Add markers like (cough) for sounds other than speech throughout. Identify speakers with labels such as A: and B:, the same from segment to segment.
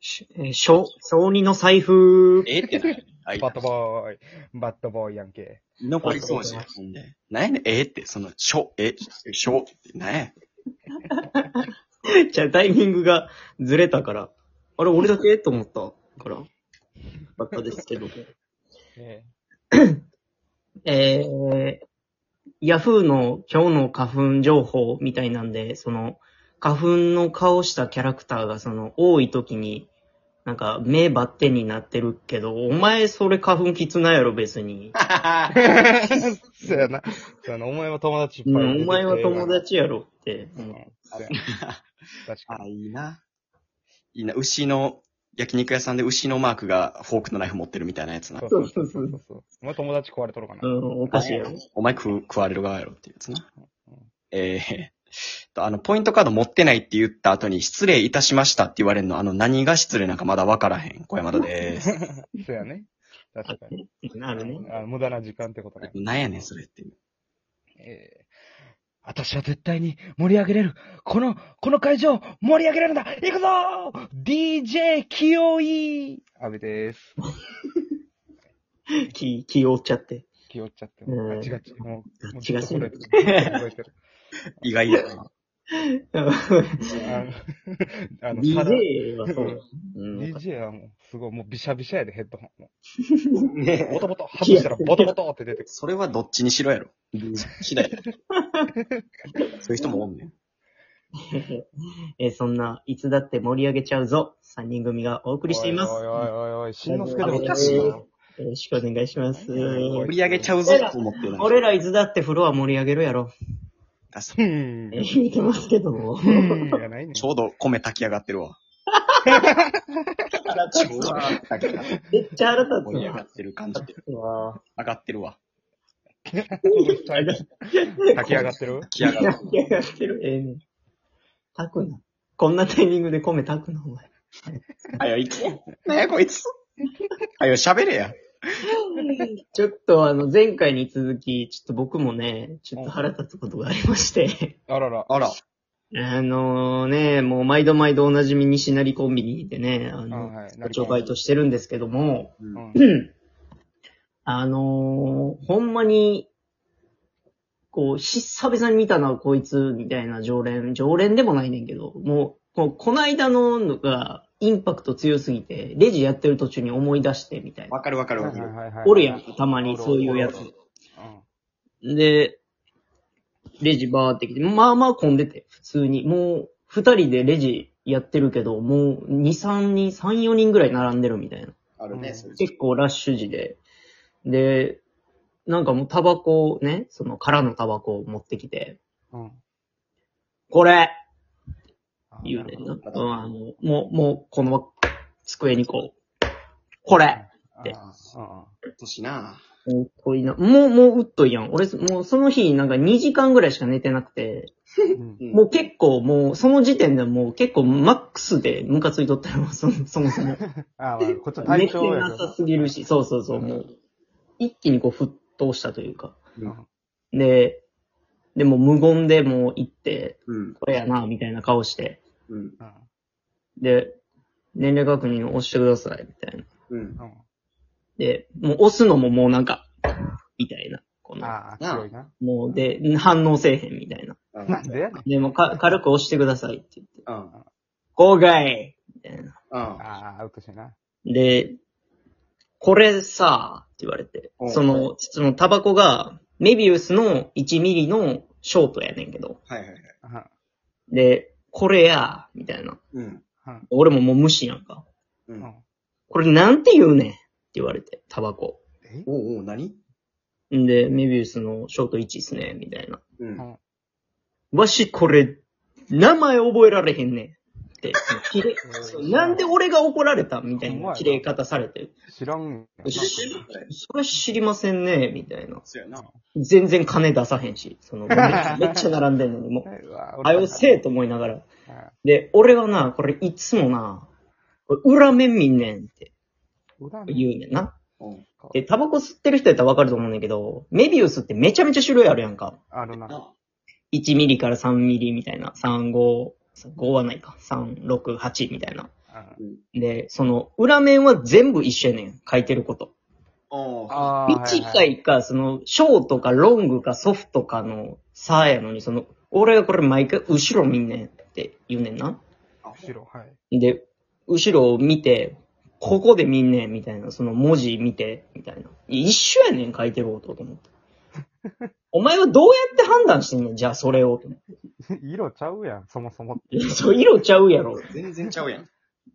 A: しえー小、小二の財布。
B: ええってない。あい
C: バッドボーイ。バッドボーイやんけ。
B: 残りそうじゃん。ほんでなんやねん、ええって、その、しょ、え、しょって、なん (laughs) や。
A: じゃあタイミングがずれたから。あれ、俺だけと思ったから。ばっかですけど。
C: ね
A: えー、ヤフーの今日の花粉情報みたいなんで、その、花粉の顔したキャラクターがその、多い時に、なんか、目バッテンになってるけど、お前それ花粉きつないやろ、別に。
C: (laughs) そうやな。そうやな。お前は友達い
A: う
C: っぱいいる
A: ん、お前は友。達やろって。
C: うんそうやな確か
B: あ、いいな。いいな。牛の、焼肉屋さんで牛のマークがフォークとナイフ持ってるみたいなやつな
C: に。。そうそうそうそうそう。お前友達壊れとるかな
A: う。ん、おかしいやろ。
B: お前食う食われる側やろっていうやつな。ええと、あの、ポイントカード持ってないって言った後に、失礼いたしましたって言われるの、あの、何が失礼なんかまだわからへん。小山田でー
C: (laughs)
B: す。
C: そうやね。確かに。
A: なるね。
C: あ無駄な時間ってことね。
B: なんやねん、それって。
C: えー私は絶対に盛り上げれる。この、この会場、盛り上げれるんだ行くぞ !DJ 清井阿部です。
A: 気、気負っちゃって。
C: 気負っちゃって。
A: うん
C: ガチガチ。もう、もう
A: ガチガチ
C: ずっと震えてる。ずっと震えてる
B: 意外やな。
C: あの、あの、サラ
A: DJ はそう。うん、
C: DJ はもう、すごい、もうビシャビシャやで、ヘッドホンも。
B: ね
C: ボトボト、外したらボトボトって出てくる。
B: それはどっちにしろやろ。次第。そういう人もおんねん。
A: えーそんな、いつだって盛り上げちゃうぞ、3人組がお送りしています。
C: おいおいおいおい、しんのすけ
A: お
C: で
A: 願い
C: も
A: しま
C: おかし
A: す
C: い
A: よ
C: な。
A: ろしくお願いします。
B: 盛り上げちゃうぞと思ってる。
A: 俺らいつだってフロア盛り上げるやろ。
B: あそう
C: うん。
A: えー言ってますけど
C: (laughs)
A: も。
C: うん。やないね。
B: ちょうど米炊き上がってる
A: (laughs)
B: わ。ちょうど米炊き上がって
A: めっちゃ腹立
B: 盛り上が
A: つ
B: ってる感じで。
A: (laughs) わ。
B: 上がってるわ。
C: 炊き上がってる
B: 炊き上がってる。
A: いや、やってる。ええね。炊くな。こんなタイミングで米炊くな、お前。
B: はよ、行け。ねえ、こいつ。はよ、喋れや。
A: ちょっとあの、前回に続き、ちょっと僕もね、ちょっと腹立つことがありまして、
C: あらら。
B: あら。
A: あのね、もう毎度毎度おなじみ西成コンビニでね、あ
C: あ
A: の、
C: はい。
A: ご紹介としてるんですけども、
C: うん
A: あのーほんまに、こう、久々に見たな、こいつ、みたいな常連、常連でもないねんけど、もう、こうこないだののが、インパクト強すぎて、レジやってる途中に思い出して、みたいな。
B: わかるわかるわか
C: はい
B: る。
C: はいはいはい
A: おるやん、たまに、そういうやつ。で、レジバーって来て、まあまあ混んでて、普通に。もう、二人でレジやってるけど、もう、二、三人、三、四人ぐらい並んでるみたいな。
B: ある
C: う
B: ね、
C: ん
B: そういう人
A: 結構ラッシュ時で。で、なんかもうタバコをね、その空のタバコを持ってきて、
C: うん。うん
A: これ
C: あ
A: 言うねんな。
B: なる
A: う
B: ほど
A: ん、あの、もう、もう、この机にこう、これ
C: あ
A: て
C: あ
B: 年な。
A: もうこいな、もう、もううっといやん。俺、もうその日なんか2時間ぐらいしか寝てなくて、
C: うん
B: うん
A: もう結構もう、その時点でもう結構マックスでムカついとったよ、そのそもそも。
C: ああ、まあこっちは
A: 寝
C: 体
A: て
C: 調や
A: な
C: け
A: さ
C: ど。
A: すぎるし、そうそうそう、もう、一気にこう沸騰したというか。
B: うん
A: で、でも無言でもう行って、
B: うん。
A: これやな、みたいな顔して。
B: うん。
C: うん
A: で、年齢確認を押してください、みたいな。
B: うん。
C: うん
A: で、もう押すのももうなんか、みたいな。この、
C: ああ、強いな。
A: もうで、反応せえへんみたいな。
B: うん
C: なんでやねん。
A: でもか、軽く押してくださいって言って。
B: うん。
A: こうがいみたいな。
B: うん。
C: ああ、うっとうしいな。
A: で、これさ、って言われて
B: う。ん
A: その、そのタバコが、メビウスの1ミリのショートやねんけど。
B: はいはいはい。
C: うん
A: で、これや、みたいな。
B: うん。
C: うん
A: 俺ももう無視やんか。
B: う。
C: うんん
A: これなんて言うねんって言われて、タバコ。
C: え
B: おうおう、何
A: んで、メビウスのショート1っすね、みたいな。
B: う。
C: うんん
A: わし、これ、名前覚えられへんねん。っ
C: (laughs)
A: て、きれなんで俺が怒られたみたい
C: ほんまや
A: な、
C: な
A: 綺麗方されて。
C: 知らんやん。
A: しそれ知りませんね、みたいな。
B: そうやな。
A: 全然金出さへんし、その、めっちゃ並んでんのにもう。
C: うわ
A: あよせえと思いながら。で、俺はな、これいつもな、これ裏面見んねんって
C: うん裏に
A: 言うねんな。
B: うん。
A: で、タバコ吸ってる人やったらわかると思うねんだけど、メビウスってめちゃめちゃ種類あるやんか。
C: あるな。
B: あ
A: 1ミリから3ミリみたいな。3、5、5はないか。3、6、8みたいな。
C: あ
D: あ
A: で、その、裏面は全部一緒やねん。書いてること。
B: おー
D: あー。はいは
A: 短
D: い。
A: いか、その、ショートかロングかソフトかの差やのに、その、俺がこれ毎回後ろ見んねんって言うねんな。
D: 後ろ、はい。
A: で、後ろを見て、ここで見んねんみたいな、その文字見て、みたいな。一緒やねん、書いてることと思
D: (laughs)
A: って。お前はどうやって判断してんねん、じゃあそれを。と思っ
C: (laughs) 色ちゃうやん、そもそも。
A: ていやそう、色ちゃうやろ。
B: 全然ちゃうやん。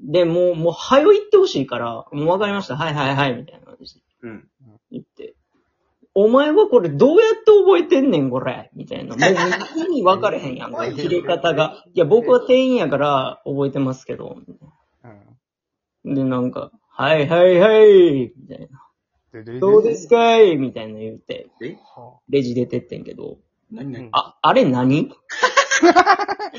A: で、もう、もう、早いってほしいから、もうわかりました、はいはいはい、みたいな感じで
B: (laughs) うん。
A: 言って。お前はこれどうやって覚えてんねん、これ。みたいな。もう意味分かれへんやんか、切れ方が。いや、僕は店員やから覚えてますけど。
C: うん。
A: で、なんか、はいはいはい、みたいな。
C: でレジ
A: どうですかいみたいな言うて、
C: は
A: レジ出てってんけど、
B: 何
C: う
B: 何
C: ん
A: あ、あれ何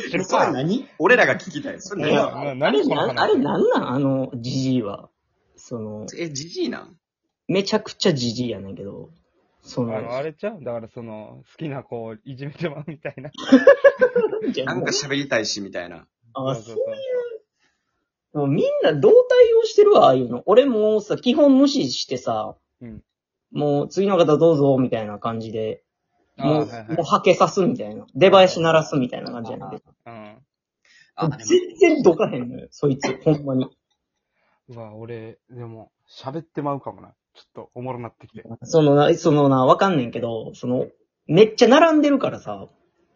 C: 知る
B: それ
C: か。
B: 何俺らが聞きたい。それ
A: い
B: 何
A: や
C: な
A: あ
C: 何
A: れ
C: その
A: な
C: 話
A: ん、あれなんなんあの、じじいは。その、
B: え、じじいなん
A: めちゃくちゃじじいやねんけど、そ
C: あの、
A: の、
C: あれちゃうだからその、好きな子をいじめてまうみたいな。
A: じゃ
B: なんか喋りたいし、みたいな。
A: (laughs) あ、
C: そ
A: そうう
C: そう
A: もうみんなどう対応してるわ、ああいうの。俺もさ、基本無視してさ、
C: うん
A: もう次の方どうぞ、みたいな感じで、
C: あー
A: もう、
C: はいはい
A: もうはけさすみたいな。出囃子鳴らすみたいな感じやねんけど。
C: うん。
B: あ、でも
A: 全然どかへんのよ、そいつ、ほんまに。
C: うわ、俺、でも、喋ってまうかもな。ちょっと、おもろなってきて。
A: そのな、そのな、わかんねんけど、その、めっちゃ並んでるからさ、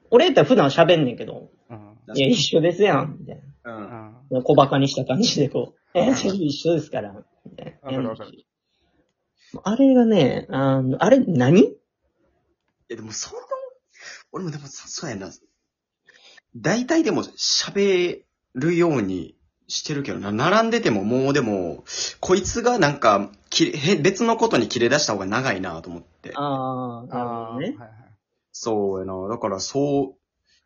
A: 俺やったら普段喋んねんけど、
C: うん。
A: いや、一緒ですやん、みたい
B: うん
C: う。ん。
A: な。小馬鹿にした感じでこう、え、全部一緒ですから、みたいな。
C: わかるわかる
A: あれがね、あのあれ何
B: え、でもその、俺もでもそ、そうやな。大体でも喋るようにしてるけどな。並んでてももうでも、こいつがなんか、きれへ別のことに切れ出した方が長いなと思って。
A: ああ、なる
C: あ
A: ほ
C: あ
A: ど
C: ー、はい
A: ね。
C: はい。
B: そうやな。だからそう、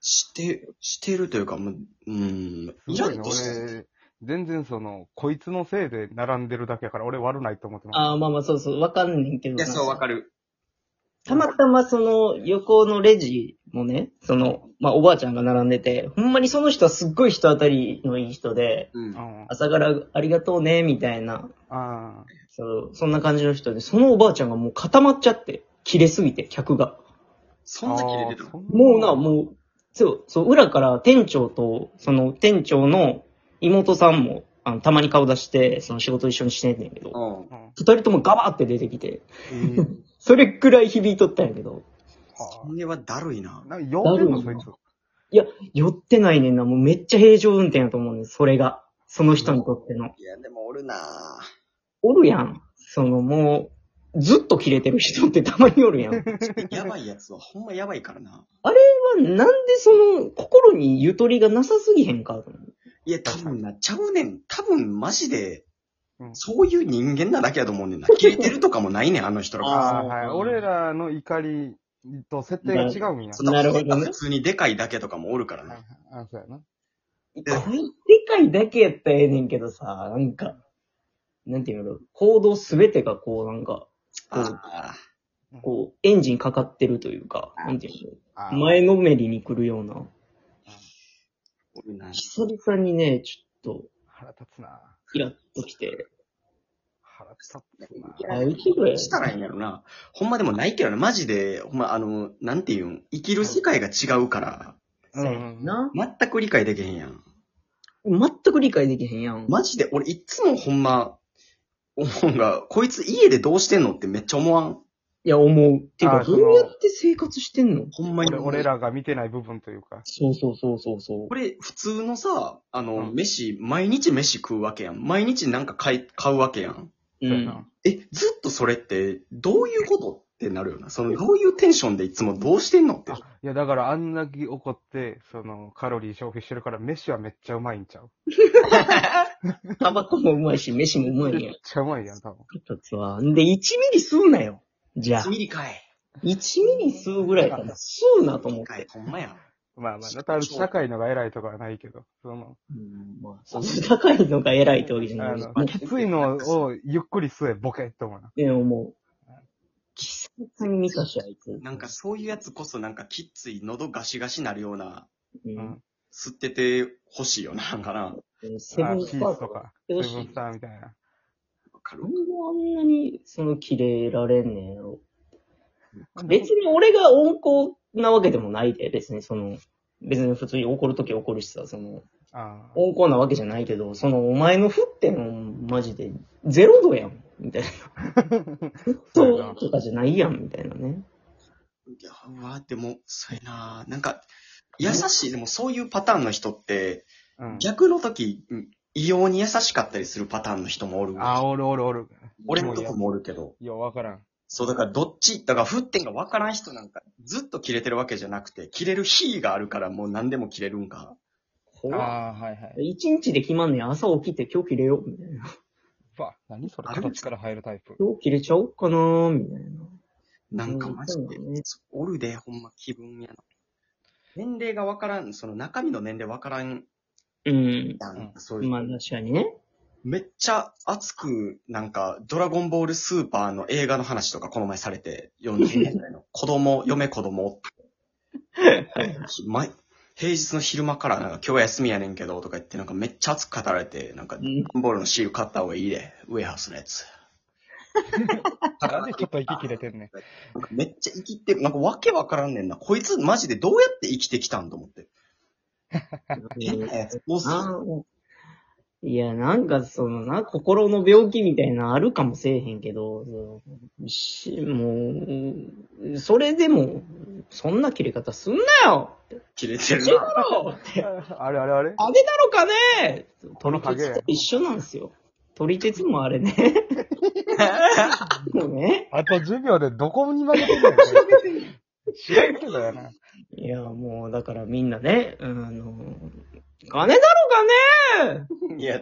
B: して、してるというか、もう、うん。
C: すごいね、
B: イラッとして
C: 俺、全然その、こいつのせいで並んでるだけやから、俺悪ないと思ってます。
A: ああ、まあまあ、そうそう、わかんねんけど
B: い
A: な。
B: や、そう、わかる。
A: たまたまその横のレジもね、その、まあおばあちゃんが並んでて、ほんまにその人はすっごい人当たりのいい人で、
B: うん。
C: うん。
A: 朝からありがとうね、みたいな、
C: あ
A: そうそんな感じの人で、そのおばあちゃんがもう固まっちゃって、切れすぎて、客が。
C: あ。
B: そんな切れてたの
A: もうな、もう、そう、そう、裏から店長と、その店長の妹さんも、あの、たまに顔出して、その仕事一緒にしてんねんけど、
B: うん。
C: う。うん。
A: 二人ともガバーって出てきて、
C: えー、
A: それくらい響いとったんやけど、
C: は
B: それはだるいな
C: あ。。なんか、呼んでんの、そいつ。
A: 酔ってないねんな。もうめっちゃ平常運転やと思うねん。それが。その人にとっての。
B: いや、でもおるな
A: おるやん。そのもう、ずっと切れてる人ってたまにおるやん。
B: やばいやつはほんまやばいからな。
A: まあなんでその、心にゆとりがなさすぎへんかと思う。
B: いや、多分な、ちゃうねん。多分、マジで
C: う、ん
B: そういう人間なだけやと思うねんな。切れてるとかもないねん、あの人らが。
A: あー
C: ああ、はい。俺らの怒りと設定が違うんや。
B: そんな
A: なるほどね
B: 普通にでかいだけとかもおるから
C: はいは
B: な。
C: いあそうやな。
A: これでかいだけやったらええねんけどさ、なんか、なんていうの行動すべてがこうなんか、
B: あ
A: こう、エンジンかかってるというか、なんていう
C: あ
A: の前のめりに来るような。
B: ーおるな
A: 久々にね、ちょっと、
C: 腹立つな。
A: イラッときて、
C: 腹立つな。
A: あ、うちぐらい。
B: したらいいんやろな。ほんまでもないけどな、マジで、ほんま、あの、なんていうん、生きる世界が違うから、
C: うんうん
A: な
B: 全く理解できへんやん。
A: 全く理解できへんやん。
B: マジで、俺、いつもほんま、思うんが、こいつ家でどうしてんのってめっちゃ思わん。
A: いや、思う。ていう
C: あ
A: か、
C: ーその
A: どうやって生活してんの
B: ほんまに
C: 俺。俺らが見てない部分というか。
A: そうそうそうそうそう
B: こ。れ、普通のさ、あの、
C: うん
B: 飯、毎日飯食うわけやん。毎日なんか買い、買うわけやん。
A: う
C: そうや
A: ん
C: な。
B: え、ずっとそれって、どういうことってなるよな。その、どういうテンションでいつもどうしてんのって。
C: あいや、だからあんなに怒って、その、カロリー消費してるから、飯はめっちゃうまいんちゃう
A: タバコもうまいし、飯もうま
C: めっ
A: いやん。
C: ちゃうまいやん、多分。
A: 一つは。んで、1ミリ吸うなよ。じゃあ
B: 1、ミリかい。
A: 1ミリ吸うぐらいかな。吸うなと思っ
B: かい
A: て。
B: ほんまや。
C: まあまあ、だから社会のが偉いとかはないけど、その、
A: うんまあ、その高いのが偉いってわけじゃな
C: あ
A: い。
C: の、きついのをゆっくり吸え、ボケって思うな。
A: でももう、久々に見たし、あいつ。
B: なんか、そういうやつこそなんかきっつい喉ガシガシなるような、
A: うん
C: うん
B: 吸ってて欲しいよな、なんかな。
A: えーセ
C: あ
A: ブン
C: ーキ
A: スタ
C: ー
A: ー
C: スとか、セ
A: セブ
C: ブン
A: ンスター
C: スターみたいな。
B: わかる
A: なんであんなに、その、キレられんねんやろ。
C: なんで
A: 別に俺が温厚なわけでもないで、別にその、別に普通に怒るとき怒るしさ、その、
C: あー
A: 温厚なわけじゃないけど、その、お前の沸点を、マジで、ゼロ度やん、みたいな。
C: (laughs) そう
A: そ
C: や
A: う
C: な
A: とかじゃないやん、みたいなね。
B: いや、うわ、でも、そうやな。なんか、優しい、でもそういうパターンの人って、
C: うん。
B: 逆の時、うん異様に優しかったりするパターンの人もおる。
C: あー、おるおるおる。
B: 俺のとこもおるけど。
D: よ、わからん。
B: そう、だからどっち、だから沸点がわからん人なんか、ずっと切れてるわけじゃなくて、切れる日があるからもう何でも切れるんか。
A: 怖っ
D: ああ、はいはい。
A: 一日で決まんねん、朝起きて今日切れよう、みたいな。
D: わ、何それ
B: ある
D: 形から入るタイプ。
A: 今日切れちゃおうかなー、みたいな。
B: なんかマジで
A: うん、
B: おるで、ほんま気分やな。年齢がわからん、その中身の年齢わからん
A: うん。
B: や
D: う
B: ん、そういう。
A: まあ確かにね。
B: めっちゃ熱く、なんか、ドラゴンボールスーパーの映画の話とかこの前されて、40年代 (laughs) の子供、嫁子供って。毎平日の昼間から、なんか今日休みやねんけどとか言って、なんかめっちゃ熱く語られて、なんか、ド
A: う
B: ラ
A: ん
B: ゴンボールのシール買った方がいいで、ウェハースのやつ。
D: なんでちょっと息切れて
C: (laughs)
D: んねん。
B: なんかめっちゃ生きてる、なんかわけわからんねんな。こいつマジでどうやって生きてきたんと思って。変なやつ、どうする
A: なあいや、なんかそのな、心の病気みたいなあるかもせえへんけど、そのしもう、それでも、そんな切れ方すんなよ
B: 切れてる
A: 切れだ
B: な。
A: ろって。
C: あれあれあれ
A: あれだろかね
C: こ
A: 取
C: のハ
A: り
C: ゲ
A: 鉄と一緒なんですよ。取り鉄もあれね。もうね。
C: あと10秒でどこに負けてんねん。これ (laughs) 知らんけどやな。
A: いや、もうだからみんなね、あの、金だろかね
B: いや、